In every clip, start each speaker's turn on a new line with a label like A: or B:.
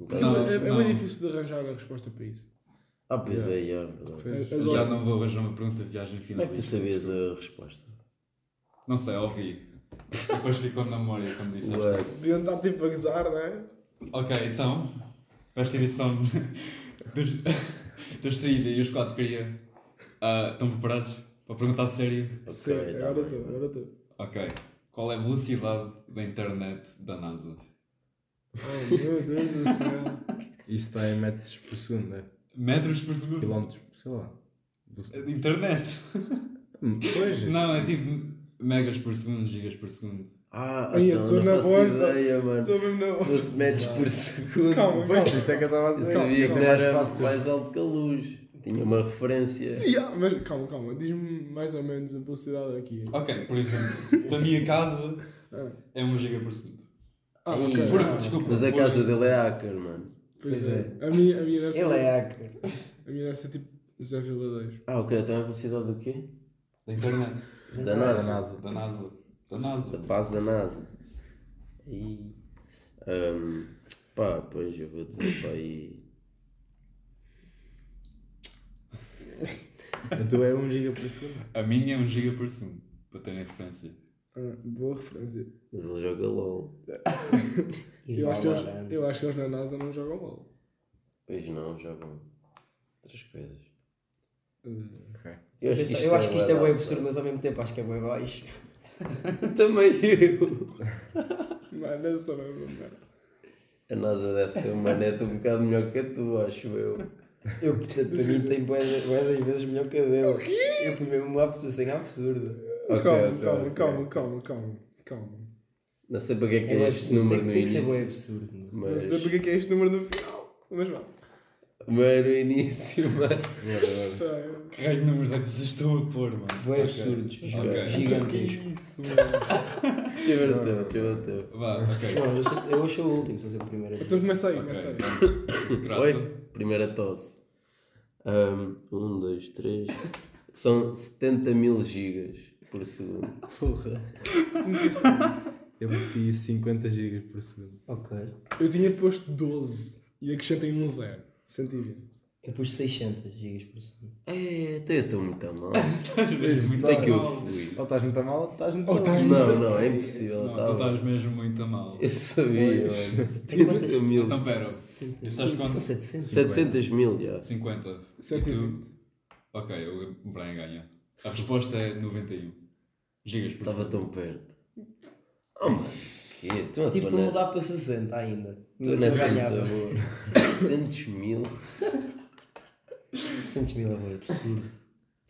A: Não,
B: é, é
A: não.
B: bem difícil de arranjar a resposta para isso.
C: Então, Ah, pois é, é verdade.
B: Agora,
A: Já não vou arranjar uma pergunta de viagem
C: Como é
A: final.
C: que tu sabias a resposta?
A: Não sei, ouvi. Depois ficou na memória quando disse
C: Ué.
A: esta.
B: Deviam estar tipo a gozar, não é?
A: Ok, então, para esta edição dos, dos trivia e os quatro queria. ah, estão preparados para perguntar a sério?
C: Ok,
B: Sim,
C: tá
B: agora
C: bem.
B: estou, agora estou.
A: Ok. Qual é a velocidade da internet da NASA?
B: Oh meu Deus do céu.
D: Isso está em metros por segundo, né?
A: Metros por segundo?
D: Quilómetros, sei lá.
A: Internet?
D: Hum, Pois, isso-
A: Não, é tipo megas por segundo, gigas por segundo.
C: Ah,
B: Ai, eu
C: então
B: tô
C: não
B: na
C: faço
B: bosta.
C: ideia, mano.
B: Estou mesmo na
C: Se fosse metros por segundo,
B: Calma,
D: Pois,
B: calma.
D: isso é que eu estava a
C: eu
D: dizer.
C: sabia
D: Isso
C: que
D: é mais
C: era
D: fácil.
C: mais alto que a luz. Tinha uma referência.
B: Ya, mas calma, calma. Diz-me mais ou menos a velocidade aqui.
A: Ok, por exemplo, da minha casa
B: Ah,
A: é 1 giga por segundo.
B: ah
C: Ei,
B: ok.
A: Por- desculpa,
C: Mas a
A: por-
C: casa dele é hacker, mano.
B: Pois
D: Pois
B: é. A minha, a minha deve ser.
C: Ele é hacker.
B: A minha deve ser tipo 0,2.
C: Ah, ok, então é a velocidade do quê?
A: Da internet.
C: Da NASA.
A: Da NASA. Da NASA.
C: Da base da NASA. E. ahm, pá, pois eu vou dizer pá aí.
D: Então é 1 giga por segundo.
A: A minha é 1 giga por segundo, para terem referência.
B: Ah, boa referência.
C: Mas ele joga LOL.
B: Eu acho, que eles, eu acho que eles na NASA não jogam mal.
C: Pois não, jogam outras coisas.
B: Ah,
E: Eu, penso- eu acho que isto é bem absurdo, mas ao mesmo tempo acho que é bem baixo.
C: Também eu.
B: Mano, eu sou é mesmo uma merda.
C: A NASA deve ter uma neta um bocado melhor que a tua, acho eu.
E: Eu, portanto, para mim tem bué de- bué das vezes melhor que a dele. Eu fui mesmo uma cena absurda.
C: Ok,
B: calma,
C: ok,
B: calma,
C: ok.
B: calma, calma, calma, calma.
C: Não sei para que é que
E: Eu
C: é
E: acho
C: este
E: que
C: número
E: tem,
C: no
E: tem que ser bem
C: início.
E: absurdo. mano.
B: Não
C: Mas,
B: sei porque é que é este número no final. Mas vá.
C: mas no início, mano.
B: Ah,
A: Que raio de números é que vocês estão a pôr, mano?
E: Bué
A: Ok.
E: absurdos.
A: Ok.
E: Gigantesco.
C: Deixa eu ver o teu, deixa eu ver o teu.
A: Vá, ok.
E: Não, é eu, sou, eu hoje sou o último, sou sempre o primeiro.
B: Então começa aí, começa aí.
A: Ok. Graça.
C: Oi, primeira tosse. Ahm, um, dois, três. São 70 mil gigas por segundo.
E: Porra.
B: Tu me diste-
D: Eu meti 50 gigas por segundo.
E: Ok.
B: Eu tinha posto 12 e acrescentei um zero. 120.
E: Eu pus 600 gigas por segundo.
C: É, então eu estou muito mal.
A: Muito
C: Até que eu
A: Tá mal.
C: fui.
D: Ou estás muito a mal, ou estás muito
B: Ou
D: a mal.
B: estás
C: Não, não, é impossível.
A: Não,
C: tá
A: tu
C: bom.
A: estás mesmo muito a mal.
C: Eu sabia,
D: Pois.
C: mano. 70 mil.
A: Então pera, estás
E: São
A: quanto?
E: 700.
C: 700 mil já.
A: 50. E
B: 120.
A: tu? Ok, o Brian ganha. A resposta é 91 gigas por
C: Estava
A: segundo.
C: tão perto. Oh, mano. Que? Tu não
E: Tive que
C: tua net-
E: mudar Tipo, para 60 ainda.
C: tua
E: Mas eu
C: net é muito
E: ganhava.
C: boa. 700 mil.
E: 700 mil é bué absurdo.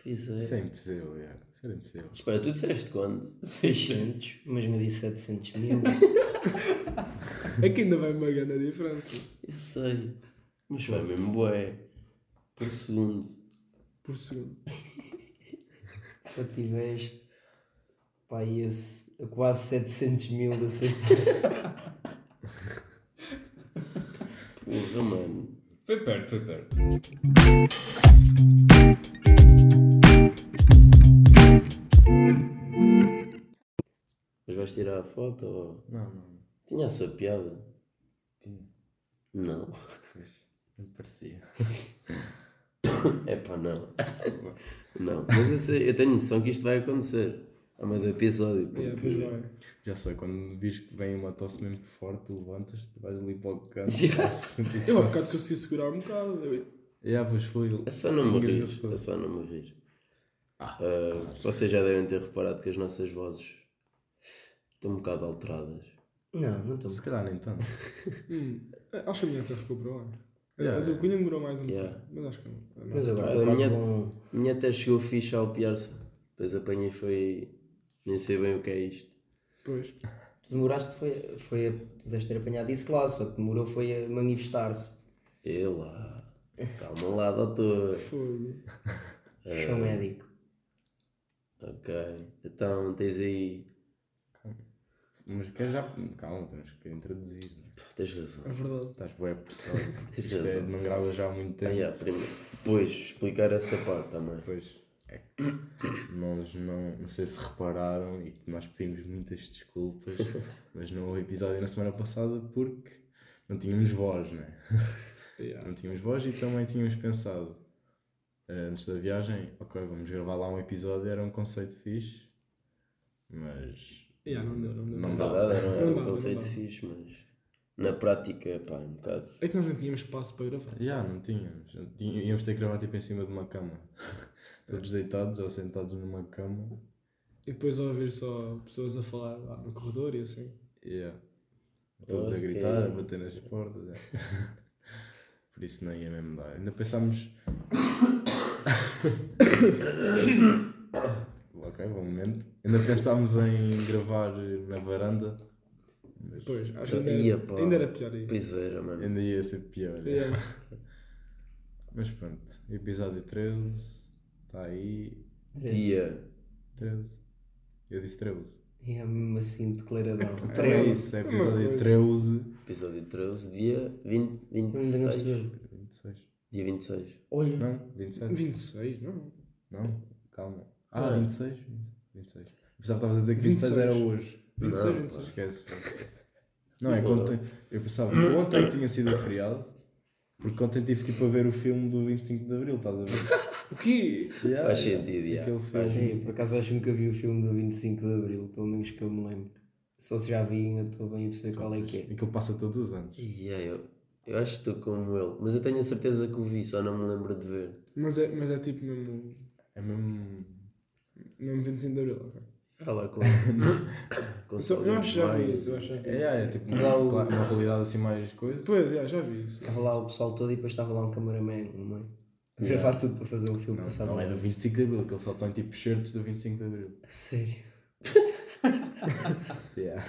C: Pois é.
D: Isso é impossível, é. Isso era impossível.
C: Espera, tu disseste quando?
E: 600. Mas me disse 700 mil.
B: É que ainda vai uma grande diferença.
C: Eu sei. Mas vai mesmo bué. Por segundo.
B: Por segundo.
E: Só tiveste. Pá, aí esse- quase 700 mil da sua
C: Porra, mano.
A: Foi perto, foi perto.
C: Mas vais tirar a foto ou...
D: Não, não.
C: Tinha a sua piada?
D: Tinha.
C: Não.
D: Pois. Não parecia.
C: É pá, não. Não. Mas eu, sei- eu tenho noção que isto vai acontecer. A meio do episódio. Porque...
B: Yeah, pois vai.
D: Já sei, quando vires que vem uma tosse mesmo forte, tu levantas, tu vais ali para o canto.
C: Já.
B: Eu há bocado consegui segurar um bocado. Eu-
D: Já, pois foi.
C: É só não me rir. É só não me rir. Ah, Vocês já devem ter reparado que as nossas vozes estão um bocado alteradas.
E: Não, não estou.
D: Se calhar nem tanto.
B: Hum, acho que a minha até recuperou. A-
D: Yeah,
B: a do
D: yeah.
B: Cunha demorou mais um
C: Yeah.
B: bocado. Mas acho que É não. A
E: Mas
B: nossa-
C: Ah,
E: agora
C: a
E: está quase
C: minha-
E: um.
C: A minha até chegou ficha ao piar-se. Depois apanhei foi. Nem sei bem o que é isto.
B: Pois.
E: Tu demoraste, foi, foi a, tu deves ter apanhado isso lá, só que demorou foi a manifestar-se.
C: Ei lá. Calma lá, doutor. Ah,
B: Foi.
C: É.
E: Show médico.
C: Ok. Então tens aí.
D: Mas que já. Calma, temos que introduzir. né?
C: Pá, Tens razão.
B: É verdade.
D: Estás boa pressão.
C: Tens
D: Isto é,
C: razão.
D: não grava já há muito
C: Ah,
D: tempo.
C: yeah, primeiro. Depois explicar essa parte tá também.
D: Pois é que nós não, não sei se repararam e que nós pedimos muitas desculpas, mas não houve episódio na semana passada porque não tínhamos voz, né?
B: Yeah.
D: Não tínhamos voz e também tínhamos pensado eh, antes da viagem, ok, vamos gravar lá um episódio, era um conceito fixe, mas
B: Yeah, não deu, não deu.
C: Na
D: Não dá.
C: verdade era
B: Não
C: um
B: dá, não
C: conceito
B: dá.
C: fixe, mas na prática, pá, um bocado.
B: É que nós não tínhamos espaço para gravar.
D: yeah, não tínhamos. Não tinha- Íamos ter que gravar tipo em cima de uma cama. Todos deitados ou sentados numa cama.
B: E depois ao ouvir só pessoas a falar lá no corredor e assim.
D: Yeah. Todos a
C: Ok.
B: é
D: gritar, a bater nas portas. é. Por isso não ia mesmo dar. Ainda pensámos. ok, bom momento. Ainda pensámos em gravar na varanda. Mas
B: Depois, acho que ainda,
C: Ia, pá.
B: ainda era pior aí.
C: Pois era, mano.
D: ainda ia ser pior. é.
B: Yeah.
D: Mas pronto, episódio 13. Está aí.
C: Ia.
D: 13. Eu disse 13.
E: É mesmo assim declaradão.
D: É
E: Três.
D: isso, é
B: uma
D: episódio
B: coisa.
D: 13.
C: Episódio 13, dia 20,
E: Ainda não
C: 26.
E: percebeu.
D: 26.
C: Dia 26.
E: Olha,
D: Não, 27.
B: 26, não? é?
D: Não, calma. Ah,
C: Ah.
D: 26? 26. Pensava que estavas a dizer que 26, era
B: 26.
D: hoje.
B: 26,
C: Não,
B: 26.
D: Esquece. Não, é que ontem. Eu pensava que ontem tinha sido o feriado. Porque ontem estive tipo a ver o filme do 25 de Abril, estás a ver?
B: O quê?
D: Yeah,
C: Faz
D: yeah.
C: sentido, yeah.
D: Aquele
C: Faz-
D: filme.
E: Ei, é, por acaso acho que nunca vi o filme do 25 de Abril, pelo menos que eu me lembro. Só se já vi, eu estou bem a perceber qual é que é.
D: Aquele passa todos os anos.
C: Ia, eu, eu acho que estou como ele. Mas eu tenho a certeza que o vi, só não me lembro de ver.
B: Mas é, mas é tipo mesmo,
D: É mesmo.
B: mesmo 25 de Abril, ok.
C: Ah lá com. com
B: Então, eu acho que já vi
C: saudades
B: isso, eu acho que já vi
D: É,
B: isso.
D: é, é tipo uma,
E: Lá o-
D: cla- uma qualidade assim mais coisa.
B: Pois, já, já vi isso.
E: Estava lá o pessoal todo e depois estava lá um cameraman, uma mãe. A gravar tudo para fazer um filme
D: Não,
E: passado.
D: não é
E: lá.
D: do 25 de Abril, que eles só estão em tipo shirts do 25 de Abril.
E: Sério.
D: Yeah.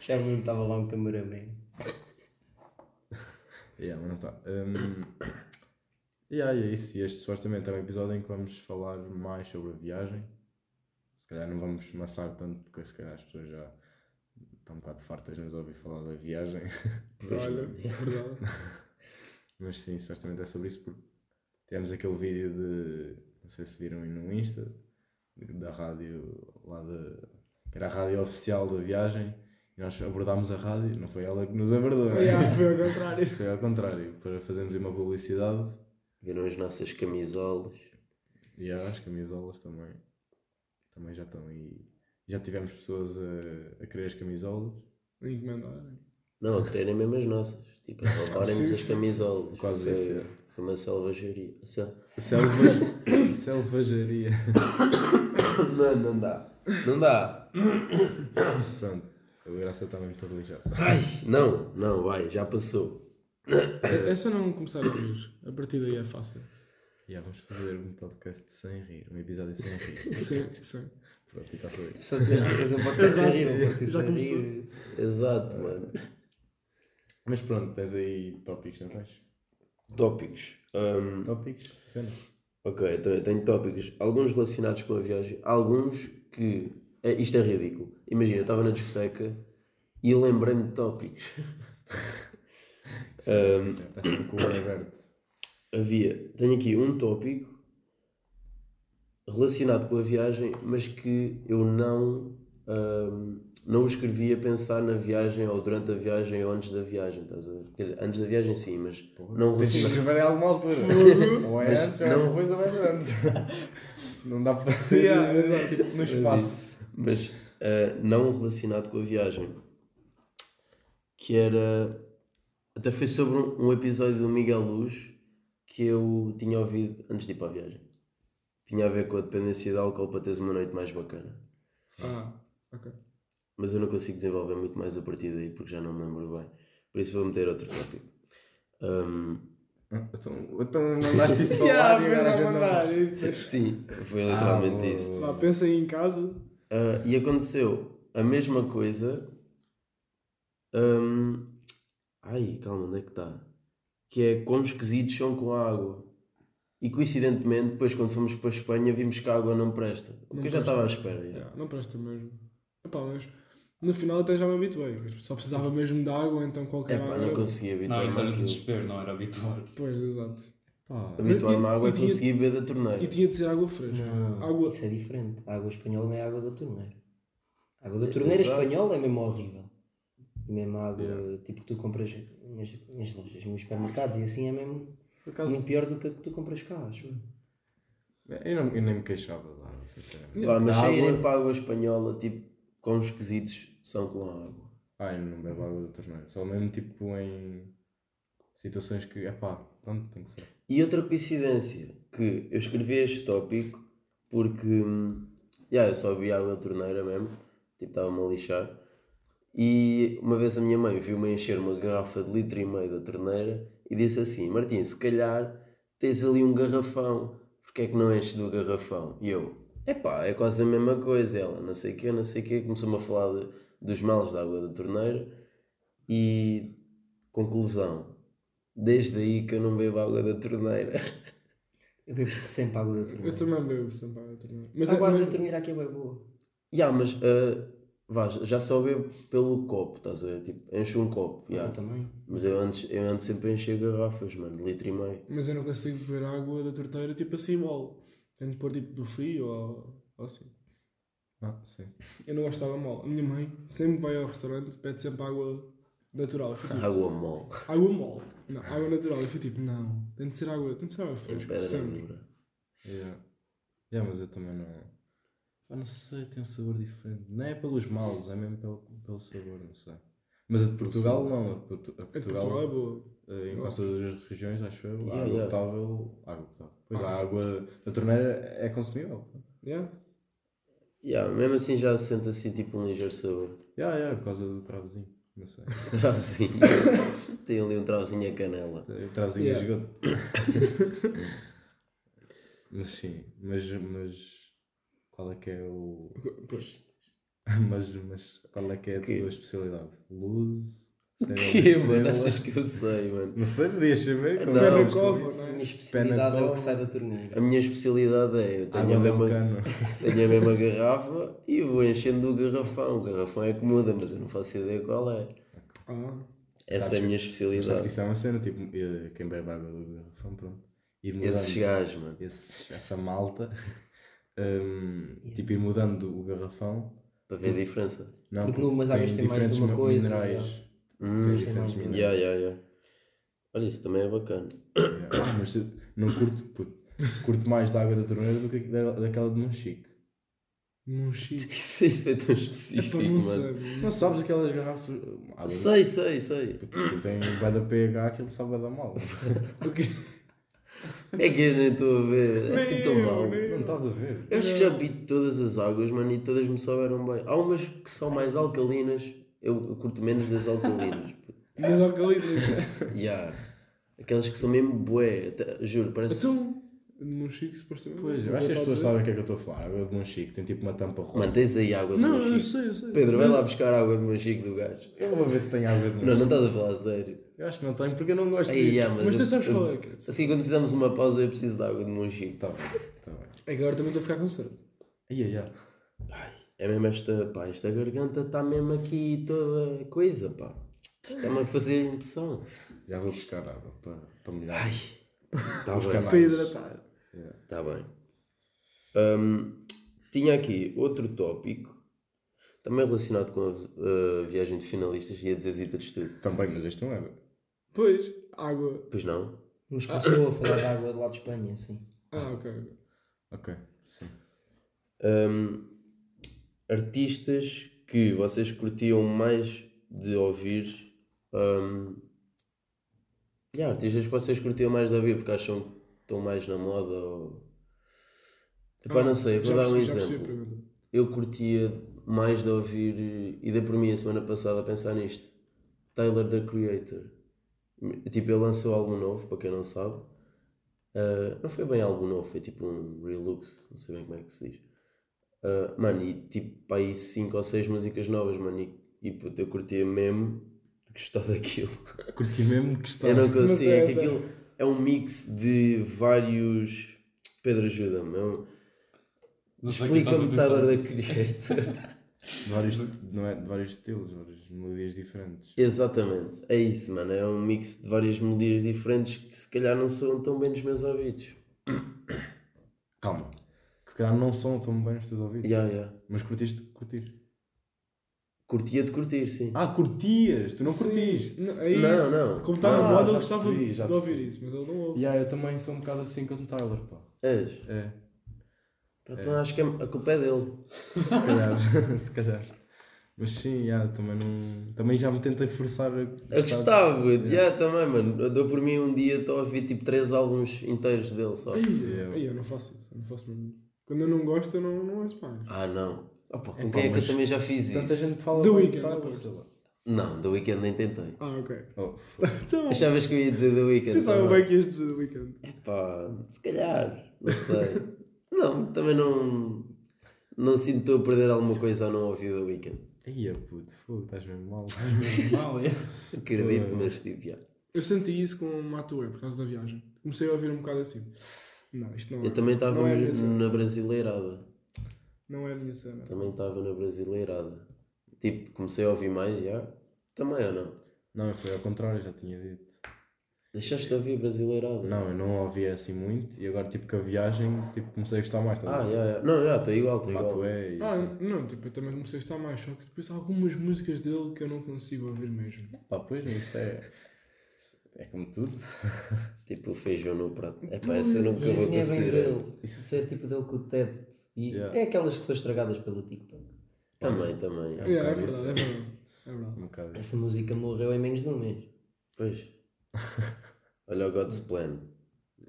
E: Já vi que estava lá um cameraman.
D: Yeah, mas não está. Um, yeah, e é isso. E este supostamente é um episódio em que vamos falar mais sobre a viagem. Se calhar não vamos massar tanto, porque se calhar as pessoas já estão um bocado fartas de nos ouvir falar da viagem.
B: Olha, é verdade.
D: Mas sim, supostamente é sobre isso, porque tivemos aquele vídeo de. Não sei se viram aí no Insta, de- da rádio lá da. que era a rádio oficial da viagem. E nós abordámos a rádio, não foi ela que nos abordou. né?
B: Yeah, foi ao contrário.
D: Foi ao contrário, para fazermos aí uma publicidade.
C: Viram as nossas camisolas.
D: E há as camisolas também. Também já estão aí. Já tivemos pessoas a, a querer as camisolas.
B: Encomendar.
C: Não, a quererem mesmo as nossas. Tipo, a roubarem-nos
B: sim,
C: as
B: sim,
C: camisolas.
D: Quase
C: foi,
D: isso, é.
C: foi uma selvageria. Sel-
D: Selva- Selvageria.
C: Mano, não dá. Não dá.
D: Pronto. O graça está mesmo todo lixado.
C: Ai, não, não, vai, já passou.
B: É, é só não começar a ouvir. A partir daí é fácil.
D: Já vamos fazer um podcast sem rir. Um episódio sem rir.
B: Sim, sim.
D: Pronto, e está por aí.
E: Só disseste que fazer um podcast a
B: Exato,
E: rir, um podcast
B: já
E: a
B: começou.
E: rir.
C: Exato, mano.
D: Mas pronto, tens aí tópicos, não tens?
C: Tópicos. Hum,
D: Tópicos? Sim.
C: ok, então eu tenho tópicos. Alguns relacionados com a viagem. Alguns que. é, isto é ridículo. Imagina, eu estava na discoteca e eu lembrei-me de tópicos. Hum,
D: Certo, Estás sempre com o olho aberto.
C: havia. Tenho aqui um tópico relacionado com a viagem, mas que eu não. hum, não o escrevi a pensar na viagem ou durante a viagem ou antes da viagem, estás a ver? Quer dizer, antes da viagem sim, mas não
D: Tens de
C: relacionado.
D: escrever em alguma altura.
B: Uhum.
D: ou é
C: Mas
D: antes ou é
C: não-
D: uma coisa mais antes. Não dá para ser
B: Yeah, exato.
D: tipo, no espaço.
C: mas ah, não relacionado com a viagem. Que era. Até foi sobre um, um episódio do Miguel Luz que eu tinha ouvido antes de ir para a viagem. Tinha a ver com a dependência de álcool para teres uma noite mais bacana.
B: Ah, ok.
C: Mas eu não consigo desenvolver muito mais a partir daí porque já não me lembro bem. Por isso vou meter outro tópico. Ahm,
D: Então, então mandaste isso falar e
B: é,
D: agora a gente não...
C: sim, foi literalmente
D: Ah,
C: isso.
D: boa.
B: Lá, pensa aí em casa.
C: Ah, e aconteceu a mesma coisa. ahm, ai, calma, onde é que está? Que é quão esquisitos são com a água. E coincidentemente, depois quando fomos para a Espanha, vimos que a água não presta. O
B: Não
C: que eu já estava
B: presta.
C: à espera. já.
B: Yeah, não presta mesmo. Epá, mas no final até já me habituei. mas Só precisava mesmo de água, então qualquer
C: Epá,
B: água.
C: Então não consegui
A: Não,
C: habituar-me
A: isso era um
C: àquilo.
A: desespero, não era habitual.
B: Pois, exato.
D: Pá,
C: Habituar-me
B: E-
C: à
B: e
C: água é
B: tinha-
C: conseguir beber da torneira.
B: E tinha de ser água fresca. Água.
E: Isso é diferente. é? A água espanhola não é a água da torneira. A água da torneira
C: Exato.
E: espanhola é mesmo horrível. E mesmo a água,
D: Yeah.
E: tipo, que tu compras nas, nas lojas, nos supermercados e assim é mesmo
D: Por acaso,
E: muito pior do que a que tu compras cá, acho. eu.
D: eu, não, eu nem me queixava lá, sinceramente.
C: Pá, mas
D: A água-
C: saírem para a água espanhola, tipo, quão esquisitos são com a água.
D: Ah, eu não bebo água da torneira. Só mesmo tipo em situações que, é pá, pronto, tem que ser.
C: E outra coincidência, que eu escrevi este tópico porque hum, yeah, eu só vi água da torneira mesmo, tipo estava-me a lixar. E uma vez a minha mãe viu-me encher uma garrafa de litro e meio da torneira e disse assim: Martim, se calhar tens ali um garrafão, porque é que não enches do garrafão? E eu: epá, é quase a mesma coisa. Ela, não sei o quê, não sei o quê, começou-me a falar de- dos males da água da torneira e conclusão. Desde aí que eu não bebo água da torneira.
E: Eu bebo sempre água da torneira.
B: Eu também bebo sempre água da torneira. Mas
E: a
B: é,
E: água
B: mas-
E: da torneira aqui é bem boa.
C: Ya, mas ah, vá, já só bebo pelo copo, estás a ver? Tipo, encho um copo, ya.
E: Eu também.
C: Mas eu antes, eu antes sempre enchei garrafas, mano, de litro e meio.
B: mas eu não consigo beber água da torneira tipo assim mal. Tenho de pôr tipo do frio ou, ou assim.
D: Ah, sim.
B: Eu não gostava mal. A minha mãe sempre vai ao restaurante, pede sempre água natural. Eu fui tipo,
C: Água mole,
B: água mole. Não, água natural. Eu fui tipo, não, tem de ser água, tem de ser água
C: em
B: fresca.
C: pedra
B: Sempre.
C: dura.
D: Yeah. Yeah, mas eu também não. Ah, não sei, tem um sabor diferente. Não é pelos males, é mesmo pelo, pelo sabor, não sei. Mas a de Portugal não, a de Portu- a
B: A de Portugal é boa.
D: Eh, em quase todas as regiões, acho eu,
C: Yeah,
D: a água
C: yeah.
D: potável, água potável. Pois a água da torneira é consumível.
B: Yeah?
C: Ya, mesmo assim já se sente assim tipo um ligeiro sabor.
D: Yeah, yeah, por causa do travozinho, não sei.
C: Travozinho. Tem ali um travozinho a canela.
D: O travozinho
B: Yeah.
D: de esgoto. mas sim, mas, mas qual é que é o.
B: Pois.
D: Mas, mas qual é que é a
C: Quê?
D: tua especialidade? Luz? Será
C: Que,
D: uma
C: mano?
D: estrela?
C: assim, Achas que eu sei, mano?
D: Não sei, devias saber. como
C: Não,
D: é
B: Pé
D: que
B: na
D: é
B: cova, não
E: A
B: é?
E: minha especialidade é o
D: cola.
E: que sai da
C: A
E: torneira.
C: minha especialidade é, eu
D: a
C: tenho a
D: Água de um
C: mesma,
D: cano.
C: tenho a mesma garrafa e vou enchendo o garrafão. O garrafão é que muda, mas eu não faço ideia qual é.
B: Ah,
C: Essa
D: Sabes
C: é a minha
D: Só que
C: especialidade.
D: Isso é uma cena, tipo, eh, quem bebe água do garrafão, pronto. Ir
C: Esses
D: mudando.
C: gajos, mano.
D: esses- essa malta, hum, tipo ir mudando o garrafão.
C: Para ver a diferença.
D: Não,
E: Porque numas águas
D: tem
E: têm mais
D: diferentes
E: de uma
D: mi-
E: coisa,
D: minerais.
C: Hum,
D: Tem
E: Tem mais
D: diferentes
E: de uma.
D: minerais.
C: yeah, yeah, yeah. Olha, isso também é bacana.
D: Yeah. Mas se- não curto, puto, curto mais da água da torneira do que da- daquela de Monchique.
B: Monchique.
C: Isso, isso é tão
B: É
C: específico,
B: para não
C: mano.
B: saber.
D: Não sabes aquelas garrafas. hum, água-
C: Sei, sei, sei.
D: Puto, que tem vai da pH, aquilo sabe vai dar mal.
B: Ok.
C: É que eu nem estou a ver. É assim tão
B: Nem eu,
C: mal.
B: nem
D: Não estás a ver.
C: Eu acho que já vi todas as águas, mano, e todas me souberam bem. Há umas que são mais alcalinas. Eu, eu curto menos das alcalinas.
B: Mas alcalina.
C: yeah. Aquelas que são mesmo bué. até- juro, parece.
B: Então, Monchique supostamente. tá
D: Pois, eu acho que as pessoas sabem o que é que eu estou a falar. Água de Monchique tem tipo uma tampa rosa.
C: Mano, tens aí água de
B: Não, eu
C: Monchique.
B: sei, eu sei.
C: Pedro, vai lá buscar água de Monchique do gajo.
D: Eu vou ver se tem água de
C: Não,
D: Monchique.
C: não estás a falar a sério.
D: Eu acho que não tem, porque eu não gosto
C: Ei,
D: disso.
C: yeah, mas
B: Mas
C: eu-
B: tu sabes
C: eu-
B: qual é que é?
C: Assim, quando fizermos uma pausa, eu preciso de água de Monchique.
D: Tá bem, tá bem.
B: Agora também estou a ficar com sede.
D: Ia, ia.
C: Ai, é mesmo esta, pá, esta garganta está mesmo aqui toda coisa, pá. Isto Está-me a fazer impressão.
D: Já vou buscar água para, para melhorar.
C: Ai, está
D: Os
C: Tá bem,
D: canais.
B: Para hidratar.
C: está bem. Hum, tinha aqui outro tópico, também relacionado com a vi- a viagem de finalistas, ia dizer visita de estudo.
D: Também, mas este não era.
B: Pois, água.
C: Pois não?
E: Nos começou a falar de água de lá de Espanha, assim.
B: Ah, ok. ok.
D: Ok, sim.
C: Hum, artistas que vocês curtiam mais de ouvir. hum, yeah, artistas que vocês curtiam mais de ouvir porque acham que estão mais na moda ou. Epá,
B: Ah,
C: não sei, vou
B: já
C: dar um
B: percebi- já percebi a
C: exemplo.
B: pergunta.
C: Eu curtia mais de ouvir, eh, e dei por mim a semana passada a pensar nisto, Tyler the Creator. Tipo, ele lançou álbum novo, para quem não sabe. Ah, não foi bem álbum novo, foi tipo um relux, não sei bem como é que se diz. Ah, mano, e tipo, pá, aí 5 ou 6 músicas novas, mano, e, e puto, eu curtia mesmo de gostar daquilo.
D: Curti mesmo que está.
C: Eu não consigo,
B: é
C: é que
B: essa.
C: aquilo é um mix de vários. Pedro, ajuda-me. é um-
A: Não sei quem estás a
C: Explica-me
A: tentar.
C: Tyler the Creator.
D: De vários, não é, de vários estilos, várias melodias diferentes.
C: Exatamente, é isso, mano. É um mix de várias melodias diferentes que se calhar não soam tão bem nos meus ouvidos.
D: Calma. Que se calhar não são tão bem os teus ouvidos.
C: Ya, ya.
D: Mas curtiste curtir.
C: Curtia de curtir, sim.
D: Ah, curtias? Tu não
B: Sim,
D: curtiste?
B: não, é isso.
C: Não, não.
B: Como está
D: Não,
B: na moda,
D: já
B: eu gostava
D: percebi, já
B: de ouvir
D: percebi.
B: isso, mas ele não ouve.
D: Yeah, eu também sou um bocado assim com o Tyler, pá.
C: És.
D: É,
C: Pá, Então acho que é- a culpa é dele.
D: se calhar, se calhar. Mas sim, yeah, também não. Também já me tentei forçar a
C: A
D: gostar.
C: Gustavo, yeah, também, mano. Eu dou por mim um dia, estou a ouvir tipo três álbuns inteiros dele só.
D: Yeah.
B: Ai, eu não faço isso, eu não faço mesmo isso. Quando eu não gosto, eu não, não ouço mais.
C: Ah, não.
D: Opa,
C: Com quem é que eu também já fiz
D: Tanta
C: isso?
D: gente fala
B: The
D: bem
B: Weeknd,
D: do Tyler,
B: aposto.
D: sei lá.
C: Não, The Weeknd nem tentei.
B: Ah, ok.
D: Oh, f-
B: Então,
C: Achavas que eu ia dizer The Weeknd?
B: pensava
C: também?
B: bem que ias dizer do weekend.
C: Pá, se calhar, não sei. não, também não. Não sinto que estou a perder alguma coisa ao não ouvir The Weeknd.
D: Ia é puto, fogo, estás mesmo mal.
A: Mal, é.
C: Acredito, mas tipo, já.
B: Eu senti isso com o Matuê, por causa da viagem. Comecei a ouvir um bocado assim. Não, isto não é.
C: Eu também estava
B: Não é a minha cena.
C: na Brasileirada.
B: Não é a minha cena.
C: Também estava na Brasileirada. Tipo, comecei a ouvir mais, já. Também ou não?
D: Não, foi ao contrário, já tinha dito.
C: Deixaste de ouvir Brasileirada?
D: Não, eu não ouvia assim muito e agora tipo com a viagem tipo, comecei a gostar mais também.
C: Ah, já, já. Não, já, estou igual, estou igual.
D: Matuei e
B: Ah,
D: assim.
B: não, tipo, eu também comecei a estar mais, só que depois há algumas músicas dele que eu não consigo ouvir mesmo.
D: Pá, pois não, isso é. É como tudo.
C: Tipo, feijão no prato. É pá, essa eu nunca vou
E: Isso é bem
C: conseguir.
E: dele. Isso é tipo dele com o teto. E
D: Yeah.
E: é aquelas que são estragadas pelo TikTok.
C: Também, também.
D: É
B: É,
D: um
B: é,
D: bocado
B: verdade, é verdade. É verdade.
D: Um bocado isso.
E: Essa música morreu em menos de um mês.
C: Pois. Olha o God's Plan.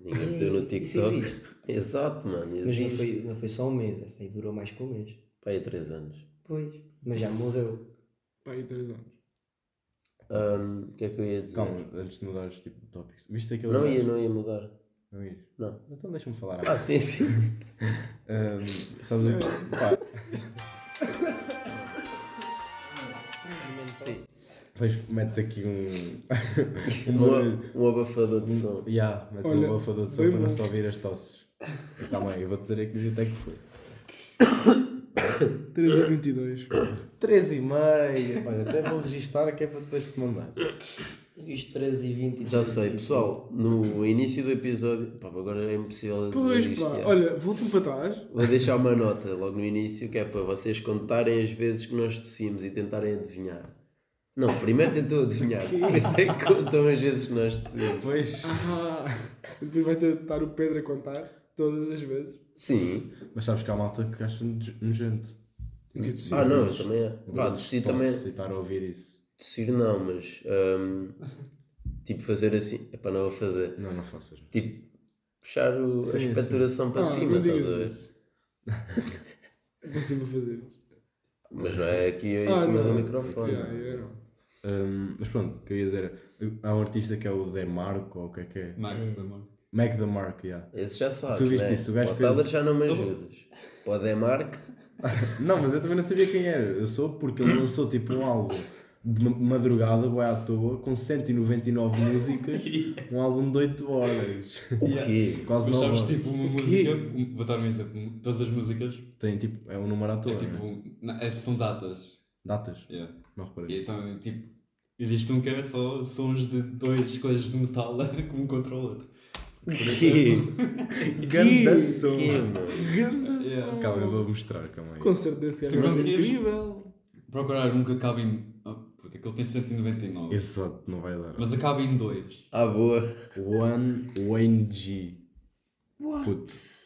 C: Ninguém meteu no
E: Isso
C: TikTok.
E: existe.
C: Exato, mano.
E: Mas não
C: Existe.
E: foi, não foi só um mês, essa aí durou mais que um mês.
C: Pai, há 3 anos.
E: Pois. Mas já morreu.
B: Pá, aí três anos.
C: Ahm, O que é que eu ia dizer?
D: Calma, antes de mudares tipo de tópicos. Viste aquele.
C: Não
D: gajo?
C: ia, não ia mudar.
D: Não ias?
C: Não.
D: Então deixa-me falar.
C: Ah, sim, sim.
D: Ahm, sabes o que. Pá, depois metes aqui um. um barulho.
C: um, um abafador
B: Hum.
C: de som.
D: Ya, metes
B: Olha,
D: um bafador de som
B: bem
D: para não
B: bom.
D: só ouvir as tosses. Tá bem, eu vou dizer é que jeito é que foi.
B: 3 a 22.
D: 13 e meia. Olha, até vou registar que é para depois te mandar.
E: Isto 13 e 20 e
C: Já sei, pessoal, no início do episódio. Pá, agora é impossível dizer
B: Pois
C: isto. é.
B: pá,
C: já.
B: olha, voltem para trás.
C: Vou deixar uma nota logo no início que é para vocês contarem as vezes que nós tossimos e tentarem adivinhar. Não, primeiro tentou adivinhar, depois é que contam as vezes que nós tossimos.
D: Pois.
B: Ah, depois vai ter de estar o Pedro a contar todas as vezes.
C: Sim.
D: Mas sabes que há malta que acha noje- nojento.
C: Ah, não, eu também é. Pá, tossi
D: Posso
C: também.
D: citar a ouvir isso.
C: Tossir não, mas. hum, tipo, fazer assim. É para não vou fazer.
D: Não, não faças.
C: Tipo, puxar o,
D: Sim,
C: a espaturação para
B: Ah,
C: cima,
B: não
C: estás
B: digas
C: a ver?
B: isso. Estou sempre a fazer isso.
C: Mas não é aqui em
B: Ah,
C: cima do
B: não.
C: microfone.
B: Yeah, yeah, não.
D: Hum, mas pronto, o que eu ia dizer é, há um artista que é o Demarco, ou o que é que é?
A: Marco, pelo amor.
D: Mac Demarco, yeah.
C: Esse já sabes.
D: Tu viste
C: né?
D: isso, o gajo
C: Pá, Tyler
D: fez-
C: já não me ajudas. Pode é Mark.
D: Não, mas eu também não sabia quem era. Eu sou porque ele lançou tipo um álbum de ma- madrugada, boi à toa, com 199 músicas, um álbum de 8 horas.
C: O
A: Yeah.
C: quê?
D: Quase
A: Mas
D: 9
A: sabes,
D: horas.
A: tipo, uma
D: quê?
A: música, um- vou dar um exemplo, todas as músicas
D: Tem tipo, é um número à toa.
A: é
D: né?
A: tipo, na- é- são datas.
D: Datas,
A: Yeah.
D: não reparei.
A: E então, tipo, existe um que é só sons de dois coisas de metal como contra o outro.
C: O quê?
D: Ganda
C: O
D: som.
C: quê, mano?
B: Grande
A: Yeah.
B: som.
D: Calma, eu vou mostrar, calma aí.
B: Concerto desse
A: Se
B: gajo
A: tu
B: vai ser
A: conseguires-
B: é incrível.
A: Procurar um que acaba em. Oh, puta, aquele tem 199.
D: Esse só não vai dar.
A: Mas acaba em dois.
C: Ah, boa.
D: One Wayne G.
C: Putz.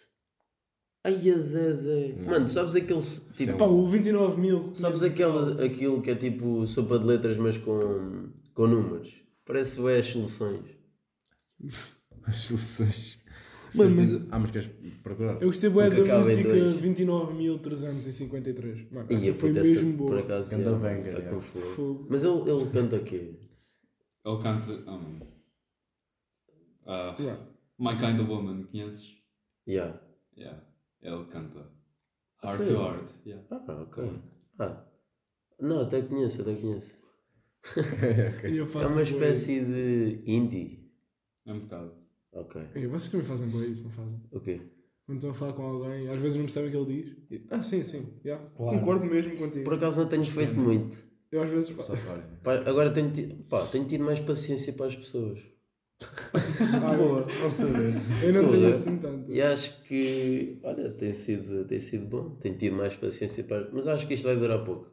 C: Ai, a Zé, Zé. Mano, tu sabes aquele. Tipo,
B: Pá, o 29 mil.
C: Sabes aquele, aquilo que é tipo sopa de letras, mas com, com números? Parece bem as soluções.
D: As soluções.
B: Mano, mas-
D: Senti- Ah, mas queres procurar?
B: Eu gostei bué
C: Nunca
B: da
C: acaba em
B: música
C: dois.
B: 29.353. Mano,
C: E
B: essa
C: a
B: foi
C: puta,
B: mesmo
C: essa, por
B: boa.
C: acaso,
D: Ganda
C: é,
D: banger,
C: tá
D: é.
C: com flow.
B: Fogo.
C: Mas ele, ele canta o quê?
A: Ele canta. Oh, mano. Ah,
B: Yeah.
A: My Kind of Woman, conheces?
C: Yeah.
A: Yeah. É Ele canta.
C: A
A: Heart
C: sério?
A: to Heart. Yeah.
C: Ah, ok. Ah. Não, até conheço, até conheço.
B: E eu
C: É
B: faço
C: uma
B: bué isso.
C: espécie de indie.
A: É um bocado.
C: Ok.
B: Ei, Vocês também fazem bué isso, não fazem?
C: O quê?
B: Quando estão a falar com alguém, às vezes não percebem o que ele diz. E- Ah, sim, sim. yeah.
E: Claro.
B: Concordo mesmo contigo.
C: Por acaso não tenho feito muito.
B: Eu às vezes faço.
D: Só né? para.
C: Pá, Agora tenho tido, pá, tenho tido mais paciência para as pessoas.
B: Ah, boa.
D: Não saber.
B: Eu não tenho
C: Foda.
B: assim tanto.
C: E acho que, olha, tem sido, tem sido bom. Tenho tido mais paciência para as... Mas acho que isto vai durar pouco.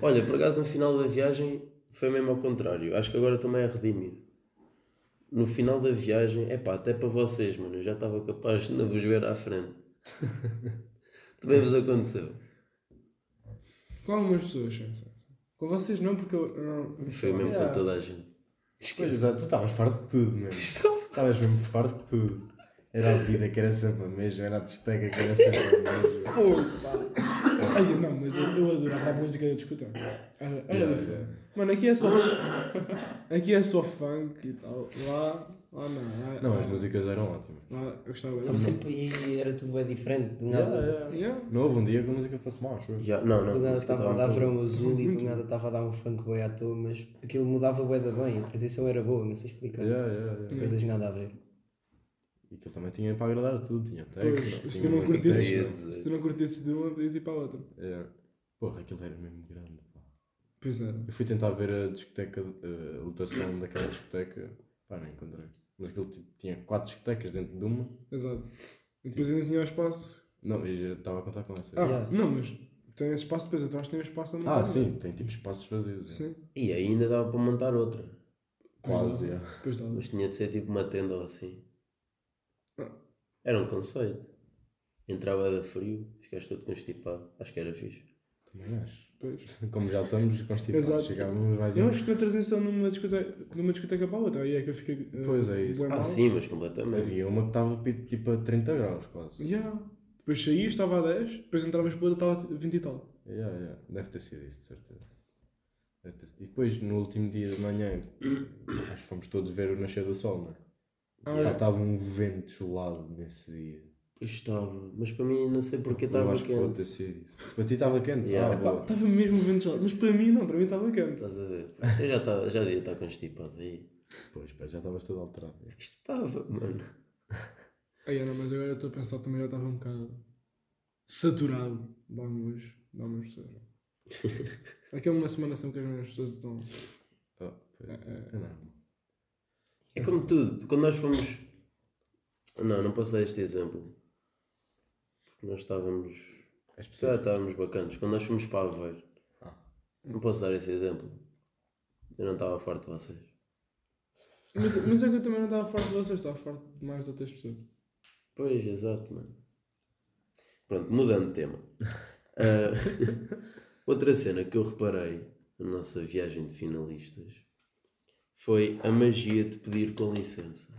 C: Olha, por acaso no final da viagem foi mesmo ao contrário. Acho que agora também é redimir. No final da viagem, é pá, até para vocês, mano, eu já estava capaz de não vos ver à frente. também vos aconteceu.
B: Com algumas pessoas, sim, sim. Com vocês não, porque eu não.
C: Foi mesmo
D: Yeah.
C: com toda a gente. é
D: Pois, exato, tu estavas farto de tudo
B: é.
D: mesmo.
C: um
D: Estavas mesmo farto de tudo. Era a bebida que era sempre a mesma, era a desteca que era sempre a mesma.
B: Pô, pá. Ai, não, mas eu, eu adorava a música da discoteca. Era, era
D: Yeah,
B: diferente.
D: yeah.
B: Mano, aqui é só. aqui é só funk e tal. Lá. Lá não. Lá,
D: Não, as músicas Ah, eram ótimas.
B: Lá eu gostava.
E: Estava sempre aí e era tudo bem diferente. Do nada,
D: Yeah, yeah.
B: Yeah.
D: Não houve um dia que a música fosse mal, acho eu.
C: Yeah, não, não,
E: do nada
C: isso que eu
E: estava a
C: estava
E: dar
C: muito-
E: verão azul e do nada estava a dar um funk bem à toa, mas aquilo mudava bué da bem. A transição era boa, não sei explicar.
D: Yeah, yeah, yeah.
E: Coisas nada a ver.
D: E aquilo também tinha para agradar a tudo, tinha tecno,
B: Pois, se tu não
D: tinha muito
C: ia
B: curtisses.
C: dizer.
B: Se tu não curtisses de uma, podias ir para a outra.
D: tecno. É. Porra, aquilo era mesmo grande. pá.
B: Pois era.
D: Eu fui tentar ver a discoteca, eh, a lotação daquela discoteca, pá, não encontrei. Mas aquilo tipo, tinha quatro discotecas dentro de uma.
B: Exato. E depois ainda tinha o espaço.
D: Não, eu já estava a contar com essa.
B: Ah,
E: Yeah.
B: não, mas tem esse espaço depois atrás, tem o espaço a
D: Ah,
B: montar.
D: sim, tem tipo espaços vazios. é.
B: é? Sim.
C: E aí ainda dava para montar outra.
D: Quase, é.
B: Depois dá.
C: Mas tinha de ser tipo uma tenda ou assim.
B: Ah.
C: Era um conceito. Entrava de frio, ficaste todo constipado. Acho que era fixe.
D: Também acho.
B: Depois.
D: Como já estamos constipados,
B: Exato.
D: chegávamos mais
B: Eu
D: um.
B: acho que na transição numa discoteca, numa discoteca para a outra, aí é que eu fiquei. eh,
D: Pois é, isso.
B: bué
C: Ah,
B: mal.
C: sim, mas completamente.
D: Havia uma que estava pi- tipo a 30 graus quase.
B: Yeah. Depois saí, estava a 10, depois entravas para outra, estava a 20 e tal.
D: Yeah, yeah. Deve ter sido isso, de certeza. Deve ter- E depois, no último dia de manhã, acho que fomos todos ver o nascer do sol, não é?
B: Ah,
D: Já
B: é.
D: estava um vento gelado nesse dia.
C: Pois estava. Mas para mim, não sei porque
D: Eu
C: estava
D: acho que pode
C: quente.
D: ter sido isso. Para ti estava quente.
C: Yeah.
D: Ah, boa.
B: Estava mesmo vento gelado, mas para mim não, para mim estava quente.
C: Estás a ver? Eu já, estava, já devia estar constipado aí.
D: Pois, pá, já estavas todo alterado.
C: Isto estava, mano.
B: Aí Ana, mas agora eu estou a pensar também já estava um bocado saturado de algumas, de algumas pessoas. Aqui é uma semana sempre que as mesmas pessoas estão.
D: Ah, pois. É normal.
C: É como tudo. Quando nós fomos. Não, não posso dar este exemplo. Porque nós estávamos.
D: És
C: Já
D: possível.
C: estávamos bacanas. Quando nós fomos para Aveiro,
D: Ah.
C: não posso dar esse exemplo. Eu não estava farto de vocês.
B: Mas, mas é que eu também não estava forte de vocês, estava forte de mais de outras pessoas.
D: Hum.
C: Pois, exato, mano. Pronto, mudando de tema. Ah, outra cena que eu reparei na nossa viagem de finalistas foi a magia de pedir com licença.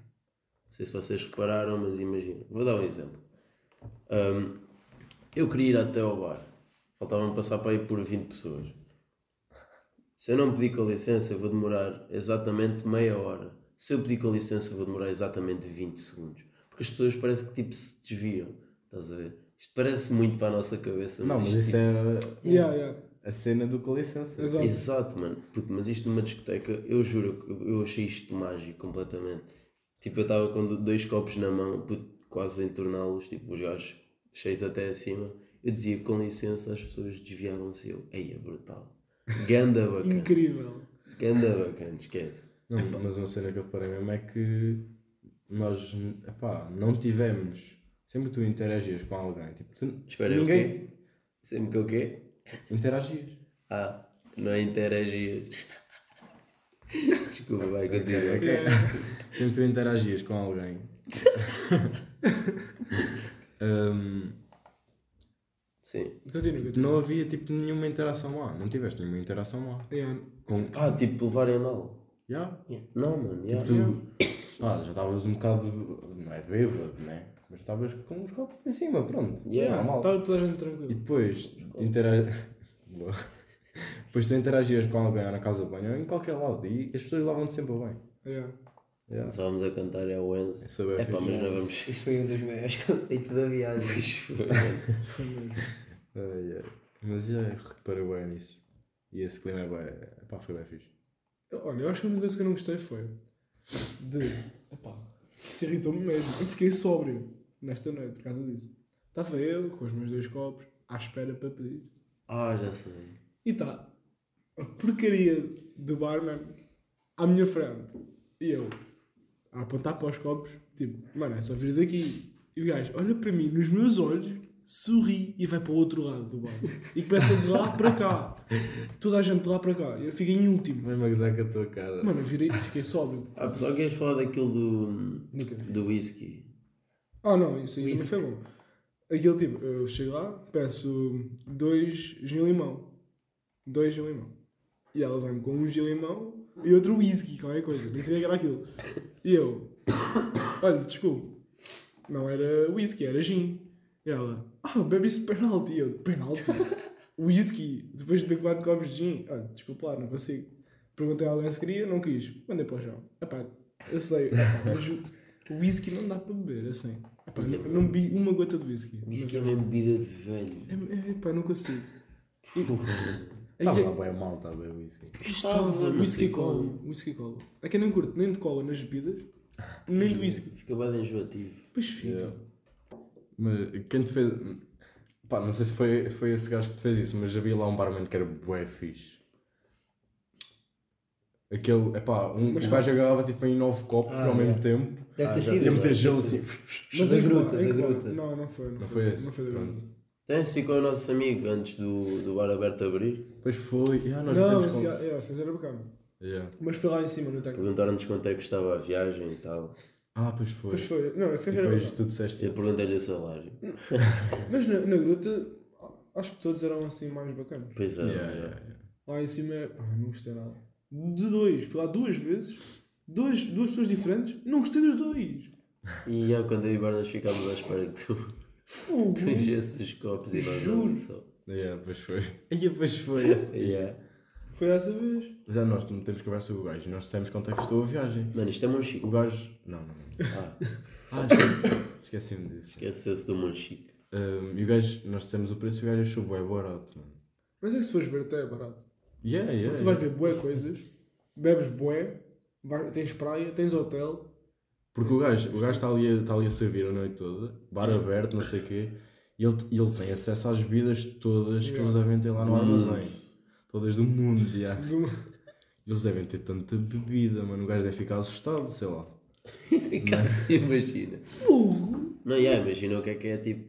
C: Não sei se vocês repararam, mas imagina. Vou dar um exemplo. Ahm, eu queria ir até ao bar. Faltavam passar para aí por 20 pessoas. Se eu não pedir com licença, eu vou demorar exatamente meia hora. Se eu pedir com licença, eu vou demorar exatamente 20 segundos. Porque as pessoas parece que tipo se desviam. Estás a ver? Isto parece muito para a nossa cabeça.
D: Não, mas
C: isto,
D: isso
C: tipo,
D: é
B: Yeah, yeah.
D: a cena do com licença.
B: Exato.
C: Exato, mano. Puto, mas isto numa discoteca, eu juro, eu- eu achei isto mágico completamente. Tipo, eu estava com do- dois copos na mão, puto, quase a entorná-los, tipo, os gajos cheios até acima. Eu dizia com licença, as pessoas desviavam-se. e Eu, ei, é brutal. Ganda bacana.
B: Incrível.
C: Ganda bacana, esquece.
D: Não, mas uma cena que eu reparei mesmo é que nós, epá, não tivemos. Sempre que tu interagias com alguém, tipo, tu,
C: Espera, eu
D: ninguém
C: quê? Sempre que eu quê?
D: interagias.
C: Ah, não interagias. Desculpa, vai, continua.
D: Sempre que tu interagias com alguém. Hum,
C: Sim.
B: Continua, continua.
D: não havia tipo nenhuma interação má, não tiveste nenhuma interação má.
B: Yeah.
D: Com,
C: Ah, tipo, levarem a mal.
D: yeah,
C: Não, mano, yeah.
D: Tipo Tu pá, já estavas um bocado, não é bêbado, né? Mas estavas com os copos em cima, pronto.
C: Yeah.
D: Normal.
B: Estava Tá toda a gente
D: E
B: tranquila.
D: depois, intera... Boa. depois tu interagias com alguém ou na casa de banho ou em qualquer lado e as pessoas levam-te sempre bem.
B: Yeah.
D: Yeah.
C: Começávamos a cantar é o Enzo.
D: É sobre a
C: É pá, mas não vamos.
E: Isso, isso foi um dos maiores conceitos da viagem.
B: Foi mesmo.
D: Ai, ai. Mas já reparei bem nisso. E esse clima é bem. Pá, foi bem fixe.
B: Eu- Olha, eu acho que a única coisa que eu não gostei foi de. Epá, isto irritou-me mesmo. Eu fiquei sóbrio nesta noite por causa disso. Estava eu com os meus dois copos à espera para pedir.
C: Ah, já sei.
B: E está a porcaria do barman à minha frente. E eu a apontar para os copos, tipo, mano, é só vires aqui. E o gajo olha para mim nos meus olhos, sorri e vai para o outro lado do bar. E começa de lá para cá. Toda a gente de lá para cá. Eu fiquei em último.
D: Mesmo a gozar com a tua cara.
B: Mano, eu virei e fiquei sóbrio.
C: Ah, pessoal, queres falar daquilo do.
B: Nunca.
C: do whisky?
B: Ah, não, isso aí também
E: Whisky.
B: foi bom. Aquele tipo, eu chego lá, peço dois gin-limão. Dois gin-limão. E ela vai-me com um gin-limão e outro whisky, qualquer coisa. Nem sabia que era aquilo. E eu, olha, desculpe, não era whisky, era gin. E ela, ah, bebe isso de penalti. E eu, penalti? whisky? Depois de beber quatro copos de gin? Olha, desculpa lá, não consigo. Perguntei a alguém se queria, não quis. Mandei para o chão. Epá, eu sei, epá, mas o o whisky não dá para beber, assim. Epá, não, não bebi uma gota de whisky.
C: Whisky é mesmo bebida de velho.
B: É, é, pá, não consigo. É
D: Estava
B: que-
D: lá Tá bem mal, estava bem whisky.
B: Estava
C: não
B: whisky
C: sei
B: cola.
C: como.
B: Whisky cola. É que eu não curto nem de cola nas bebidas, nem de whisky.
C: Fica bem enjoativo.
B: Pois fica.
D: Yeah. Mas quem te fez. Pá, não sei se foi, foi esse gajo que te fez isso, mas havia lá um barman que era bué fixe. Aquele, epá, um,
B: Mas
D: o gajo agarrava tipo em nove copos
E: Ah,
D: ao mesmo
E: yeah.
D: tempo.
E: Deve
C: Ah,
E: ter
C: já sei.
D: Ia
E: sido.
D: meter gelo assim.
B: Mas
E: da
B: em que bar?
E: gruta,
B: Em
E: da
B: que bar?
E: gruta.
B: Não, não foi. Não,
D: Não
B: foi,
D: foi esse?
B: Não foi da gruta.
D: Pronto.
C: Então esse ficou o nosso amigo antes do, do bar aberto abrir.
D: Pois foi. Ah, nós
B: Não,
D: metemos
B: esse,
D: com-
B: é, esse era bacana.
D: Yeah.
B: Mas foi lá em cima, no técnico.
C: Perguntaram-nos quanto é que custava a viagem e tal.
D: Ah, pois foi.
B: Pois foi. Não, esse
D: E
B: gajo era
D: depois
B: bacana.
D: tu disseste. tipo,
C: Eu perguntei-lhe o salário.
B: Mas na, na gruta, acho que todos eram assim mais bacanas.
C: Pois é.
D: Yeah, yeah, yeah.
B: Lá em cima, ah, não gostei nada. De dois, fui lá duas vezes, dois, duas pessoas diferentes, não gostei dos dois.
C: E já quando eu e o Barnas ficámos à espera que tu,
B: Fogo!
C: tu enchesses os copos e nós
B: Juro.
C: não só.
D: Yeah, pois foi. Aí depois foi esse.
C: Yeah.
B: Foi dessa vez.
D: Já nós não temos conversa com o gajo e nós dissemos quanto é que custou a viagem.
C: Mano, isto é
D: O
C: Monchique.
D: gajo. Não, não, não.
C: Ah,
D: Ah, esque- esqueci-me disso.
C: esquece-se é do Monchique.
D: Um, e o gajo, nós dissemos o preço e o gajo achou bué barato, mano.
B: Mas é que se fores ver até é barato.
D: Yeah, yeah.
B: Porque tu vais ver bué coisas, bebes bué, vai- tens praia, tens hotel.
D: Porque o gajo, o gajo está, ali a, está ali a servir a noite toda, bar aberto, não sei o quê, e ele, e ele tem acesso às bebidas todas que eles devem ter lá no
C: Do
D: armazém.
C: mundo.
D: Todas do mundo, yeah.
B: Do...
D: Eles devem ter tanta bebida, mano. O gajo deve ficar assustado, sei lá.
C: Imagina.
B: Fogo!
C: Não, yeah, imagina o que é que é tipo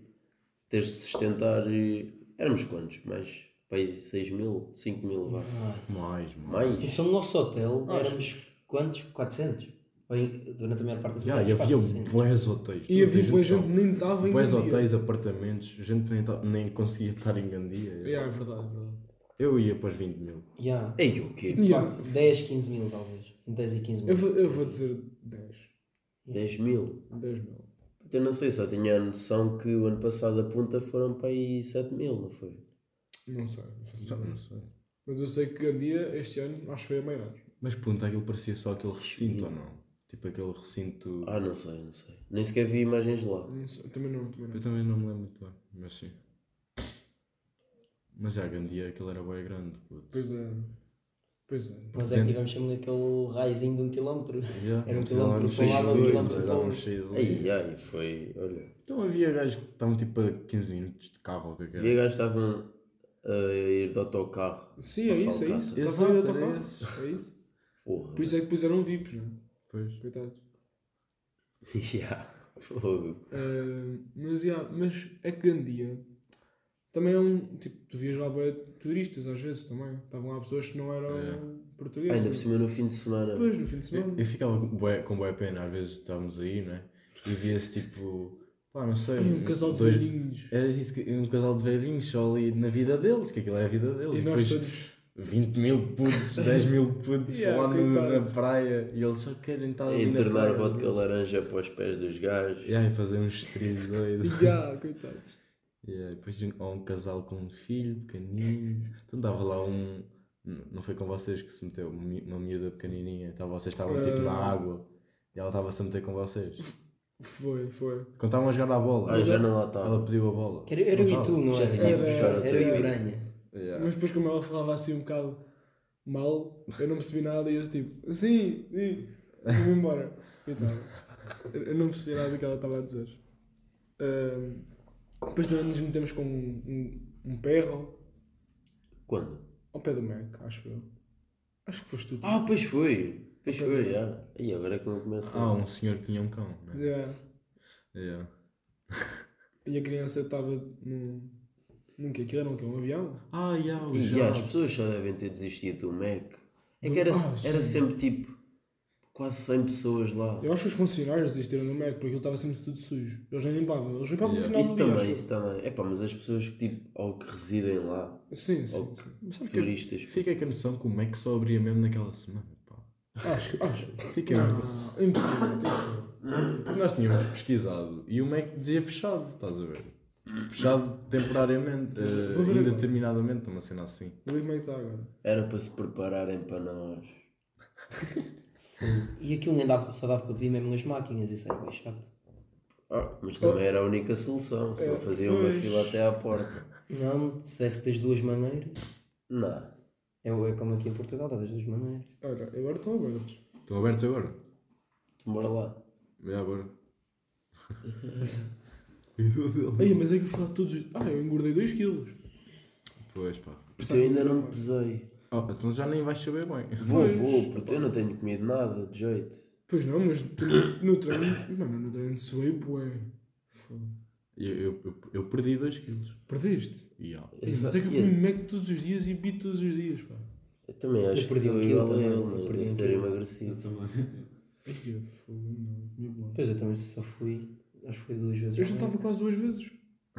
C: teres de sustentar. eh, Éramos quantos? Mais pai 6 mil, 5 mil vá.
D: Mais, mano.
C: Mais?
E: Só no nosso hotel éramos quantos? 400? Ou em- Durante a maior parte da
D: Yeah,
E: semana.
D: e
E: éramos
D: havia
E: 400.
D: bués hotéis.
B: E
D: não
B: havia
D: tens
B: bué
D: noção.
B: gente que nem estava em
D: Bués
B: Gandia.
D: hotéis, apartamentos, gente nem, ta- nem conseguia estar em Gandia.
B: Yeah, é verdade, é verdade.
D: Eu ia para os 20 mil.
E: Yeah.
C: Ei, o quê?
B: Yeah.
E: Pá, 10, 15 mil talvez. 10 e 15 mil.
B: Eu vou, eu vou dizer 10.
C: 10 mil?
B: 10 mil.
C: Eu não sei, só tinha a noção que o ano passado a punta foram para aí 7 mil, não foi?
B: Não sei. não faço
D: Não,
B: ideia.
D: não sei.
B: Mas eu sei que Gandia este ano acho que foi a maior.
D: Mas ponta, aquilo parecia só aquele recinto ou não? Tipo aquele recinto.
C: Ah, não sei, não sei. Nem sequer vi imagens lá.
B: Não sei, Também não, também
D: Eu
B: não.
D: também não me lembro muito bem, mas sim. Mas já, Gandia, aquilo era bem grande, puto.
B: Pois é. Pois é.
E: Nós é que tivemos sempre aquele raizinho de um quilómetro.
D: Yeah,
E: Era um
D: não precisávamos
B: tipo
D: sair
E: quilómetro para lá, um
D: dali,
E: quilómetro
D: não precisávamos
E: para
D: sair
C: Ai,
D: dali.
C: ai, foi. Olha.
D: Então havia gajos que estavam tipo a 15 minutos de carro ou o que é que era.
C: Vi gajos estavam a ir de autocarro.
B: Sim, é
C: Para
B: isso, é
C: Falcão.
B: isso.
D: Exato,
B: Estava ali a
D: era
B: tocar.
D: esses.
B: É isso.
C: Porra.
B: Por isso é que puseram VIPs, né?
D: Pois.
B: Coitados.
C: Yeah. Fogo.
B: Ah, mas, yeah, mas é que Gandia também é um. Tipo, tu vias lá bem turistas às vezes também. Estavam lá pessoas que não eram
D: É.
B: portugueses.
C: Ainda por cima no fim de semana.
B: Depois, no fim de
D: Eu,
B: semana.
D: eu ficava com bué, com boa pena, às vezes estávamos aí, né? E via-se tipo. Pá, não sei.
B: Ai, um casal de
D: dois-
B: velhinhos.
D: Era isso que- um casal de velhinhos só ali na vida deles, que aquilo é a vida deles.
B: E
D: E
B: nós
D: depois
B: todos.
D: 20 mil putos, 10 mil putos
B: Yeah,
D: lá no- na
B: coitados.
D: praia e eles só querem estar Tá ali na né? É,
C: Internar
D: praia.
C: É vodka laranja para os pés dos gajos.
D: Yeah, e fazer uns trilhos doidos.
B: Yeah, coitados.
D: Yeah, e depois de- há um casal com um filho pequenino. Então dava lá um. n- Não foi com vocês que se meteu uma mi- uma miúda pequenininha. Então vocês estavam tipo na
B: Ah.
D: água e ela estava-se a meter com vocês.
B: Foi, foi.
D: Quando estavam a jogar a bola,
C: Ah, já não lá
D: ela
C: estava.
D: pediu a bola.
E: Era, era
D: Não
E: eu e tu,
D: estava.
E: não
C: Já
E: era?
C: tinha
B: ido buscar
E: era,
B: o
E: era eu
B: teu
E: e o
B: amigo.
E: Branha.
D: Yeah.
B: Mas depois, como ela falava assim um bocado mal, eu não percebi nada e eu tipo, sim, sim, vou embora. E tal. Eu não percebi nada do que ela estava a dizer. Ahm, depois também nos metemos com um, um, um perro
C: Quando?
B: ao pé do Mac, acho eu. Acho que foste tu. tipo,
C: Ah, pois foi. Pois foi, já.
D: um
C: E agora é que não começa.
D: Ah, um senhor que tinha um cão. Né?
B: Yeah.
D: Yeah.
B: é. E a criança estava num. Num que aquilo era um, quê? um avião?
D: Ah, já, o
C: E
D: já.
C: já, as pessoas só devem ter desistido do Mac. É que era,
B: Ah,
C: era
B: sim.
C: sempre tipo quase 100 pessoas lá.
B: Eu acho que os funcionários desistiram do Mac porque aquilo estava sempre tudo sujo. Eles nem limpavam, eles limpavam
D: Yeah.
B: no final
C: Isso
B: do dia.
C: também,
B: acho
C: isso também. É pá, mas as pessoas que tipo, ou que residem lá,
B: eu. Sim, sim.
C: ou
B: sim.
D: Mas sabe
C: que
D: que eu-
C: turistas.
D: Fica com a noção que o Mac só abria mesmo naquela semana. Pá.
B: Acho, acho.
D: Fica mesmo.
B: Não, impossível, impossível.
D: Porque nós tínhamos pesquisado e o Mac dizia fechado, estás a ver? Fechado temporariamente, eh,
B: Vou ver agora.
D: indeterminadamente, uma cena assim.
B: Vou ver como é que está agora.
C: Era para se prepararem para nós.
E: E aquilo nem dava, só dava para pedir mesmo nas máquinas, isso era bem chato.
C: Ah, mas também era a única solução. Só
B: É,
C: faziam uma
B: pois.
C: fila até à porta.
E: Não, se desse das duas maneiras.
C: Não.
E: É, é como aqui em Portugal, dá das duas maneiras.
B: Olha, agora estão abertos.
D: Estão abertos agora?
C: Bora lá.
D: É agora.
C: Uhum.
B: Ei, mas é que eu fui lá todos. os- Ah, eu engordei 2kg.
D: Pois pá.
C: Porque eu ainda não me pesei.
D: Oh, então já nem vais saber bem.
C: Vou,
B: Pois.
C: vou, porque eu não tenho comido nada de jeito.
B: Pois não, mas tu no, no treino. Mano, no treino suei, bué. Foda.
D: Eu, eu, eu, eu perdi 2 quilos.
B: Perdeste?
D: E, ó,
B: Ei, Mas é que eu
C: Eu-
B: comi Mac todos os dias e bi todos os dias, pá.
C: Eu também acho
E: Eu perdi
C: que
E: um
C: estou
E: quilo
C: igual a
E: também,
C: ele,
E: eu
C: mas
E: perdi
C: devo
E: um
C: ter
E: quilo.
A: Eu
C: emagrecido.
A: também.
B: Ei, eu fogo, não, comi bué.
E: Pois eu também só fui, acho que fui duas vezes.
B: Eu
E: ao
B: já estava
E: médico.
B: quase duas vezes.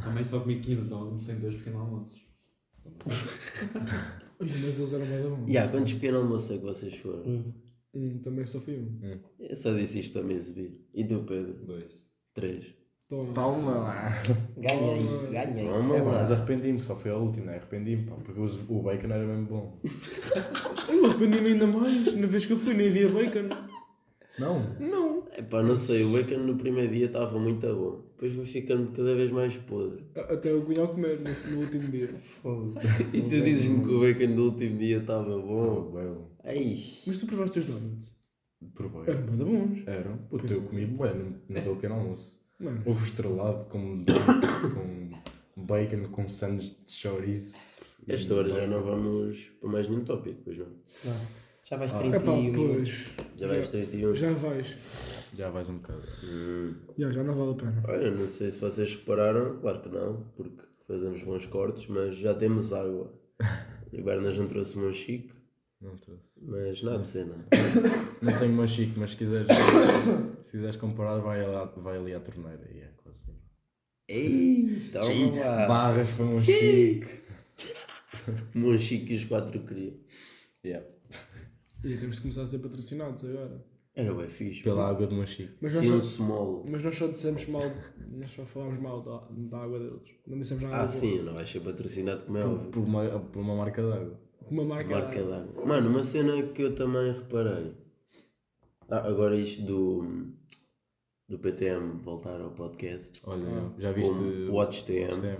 A: Também só comi 15 ou sem dois pequenos almoços.
B: Ai, mas eles eram bem da mão.
C: E há quantos pequeno almoço é que vocês foram?
E: Hum.
B: Um, também só fui um.
C: Eu só disse isto para me exibir. E tu, Pedro?
A: Dois.
C: Três.
B: Toma.
D: Palma lá.
E: Ganhei, ganhei.
C: Vamos
D: É, pá, mas
C: lá.
D: arrependi-me, só foi a última, né? arrependi-me, pá, porque os- o bacon era mesmo bom.
B: Eu arrependi-me ainda mais. Na vez que eu fui, nem havia bacon.
D: Não?
B: Não.
C: Epá, não sei, o bacon no primeiro dia estava muito bom. Depois foi ficando cada vez mais podre.
B: A- Até eu cunhal comer no, no último dia.
E: Fogo.
C: E tu dizes-me que o bacon do último dia estava bom.
D: Pô, eu
C: Ai,
B: Mas tu provaste os donuts.
D: provei.
B: Eram bem da bons.
D: Eram, puto,
B: Pois
D: eu
B: é.
D: comi bué no, no teu pequeno almoço.
B: Mano.
D: Ovo estrelado com, com bacon, com sandes de chouriço.
C: esta hora já não vamos para mais nenhum tópico, pois não?
E: Não, já vais
B: É
E: 30
B: pá,
E: e um.
B: pois.
C: Já vais 31.
B: Já vais.
D: Já vais um bocado.
B: Já, já não vale a pena.
C: Olha, não sei se vocês repararam, claro que não, porque fazemos bons cortes, mas já temos água. E o Bernas não trouxe um chique,
D: Não, trouxe.
C: mas nada de cena.
D: não tenho mais chique, mas se quiseres, se quiseres comparar, vai, lá, vai ali à torneira. E é quase assim.
C: Ei, toma lá.
D: Barras foi um chique.
C: Um chique que os quatro queria.
D: Yeah.
B: E temos de começar a ser patrocinados agora.
C: Era bem fixe.
D: Pela água de um chique.
B: Mas
C: Sim, um
B: nós, só,
C: small.
B: mas nós só dissemos mal. Nós só falámos mal da, da água deles. Não dissemos nada.
C: Ah,
B: boa.
C: sim, não vai ser patrocinado como é óbvio.
D: Por uma, por uma marca d'água.
B: Uma marca.
C: Marca d'água. Mano, uma cena que eu também reparei. Ah, agora isto do, do PTM voltar ao podcast.
D: Olha, já viste
C: Como o Ah. Watch TM.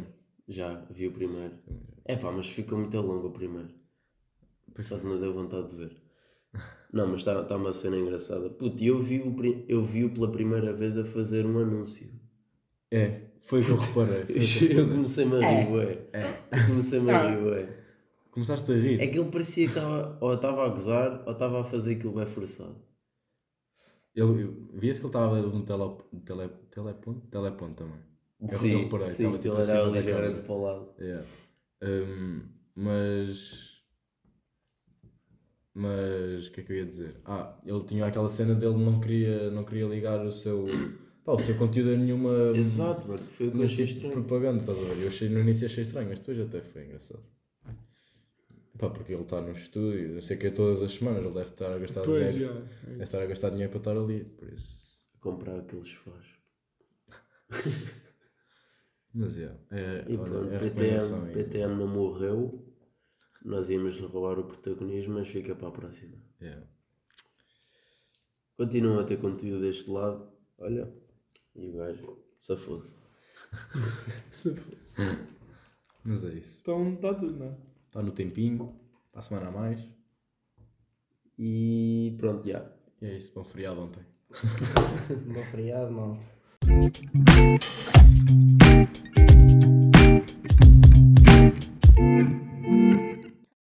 C: Já vi o primeiro.
D: Também
C: É pá, mas ficou muito longo o primeiro.
D: Pois
C: Quase não deu vontade de ver. Não, mas está tá uma cena engraçada. Puto, eu vi-o pri- eu vi pela primeira vez a fazer um anúncio.
D: É, foi o que eu reparei. foi o que eu
C: Eu
D: reparei.
C: comecei-me a rir, ué. Eu comecei-me a rir, ué.
D: Começaste a rir.
C: É que ele parecia que estava ou estava a gozar ou estava a fazer aquilo bem forçado.
D: Ele, eu- via-se que ele estava no tele, tele, teleponto? Teleponto também. É o que eu
C: Sim,
D: reparei,
C: sim,
D: estava,
C: ele
D: tipo,
C: era
D: acima da
C: assim, ligeiramente
D: câmara.
C: para o lado.
D: Yeah. Hum, mas. Mas. O que é que eu ia dizer? Ah, ele tinha aquela cena dele não queria, não queria ligar o seu. Pá, o seu conteúdo a nenhuma.
C: Exato, mano, foi o que eu
D: nenhum
C: achei
D: tipo de
C: estranho.
D: propaganda, estás a ver? Eu achei, no início achei estranho, mas depois até foi engraçado. Pá, porque ele está no estúdio, eu sei que é todas as semanas, ele deve estar a gastar
B: Pois, já.
D: dinheiro.
B: é
D: Deve
B: isso.
D: estar a gastar dinheiro para estar ali, por isso.
C: Comprar aqueles fãs.
D: Mas yeah, é,
C: E
D: olha,
C: pronto,
D: é a recomendação
C: PTM,
D: aí.
C: PTM não morreu. Nós íamos roubar o protagonismo, mas fica para a próxima.
D: Yeah.
C: Continuam a ter conteúdo deste lado. Olha, e o gajo, safou-se.
B: Se fosse.
D: Mas é isso.
B: Então está tudo, não é?
D: Está no tempinho, para a semana a mais.
C: E pronto, já.
D: E é isso, bom feriado ontem.
E: Bom feriado, mal.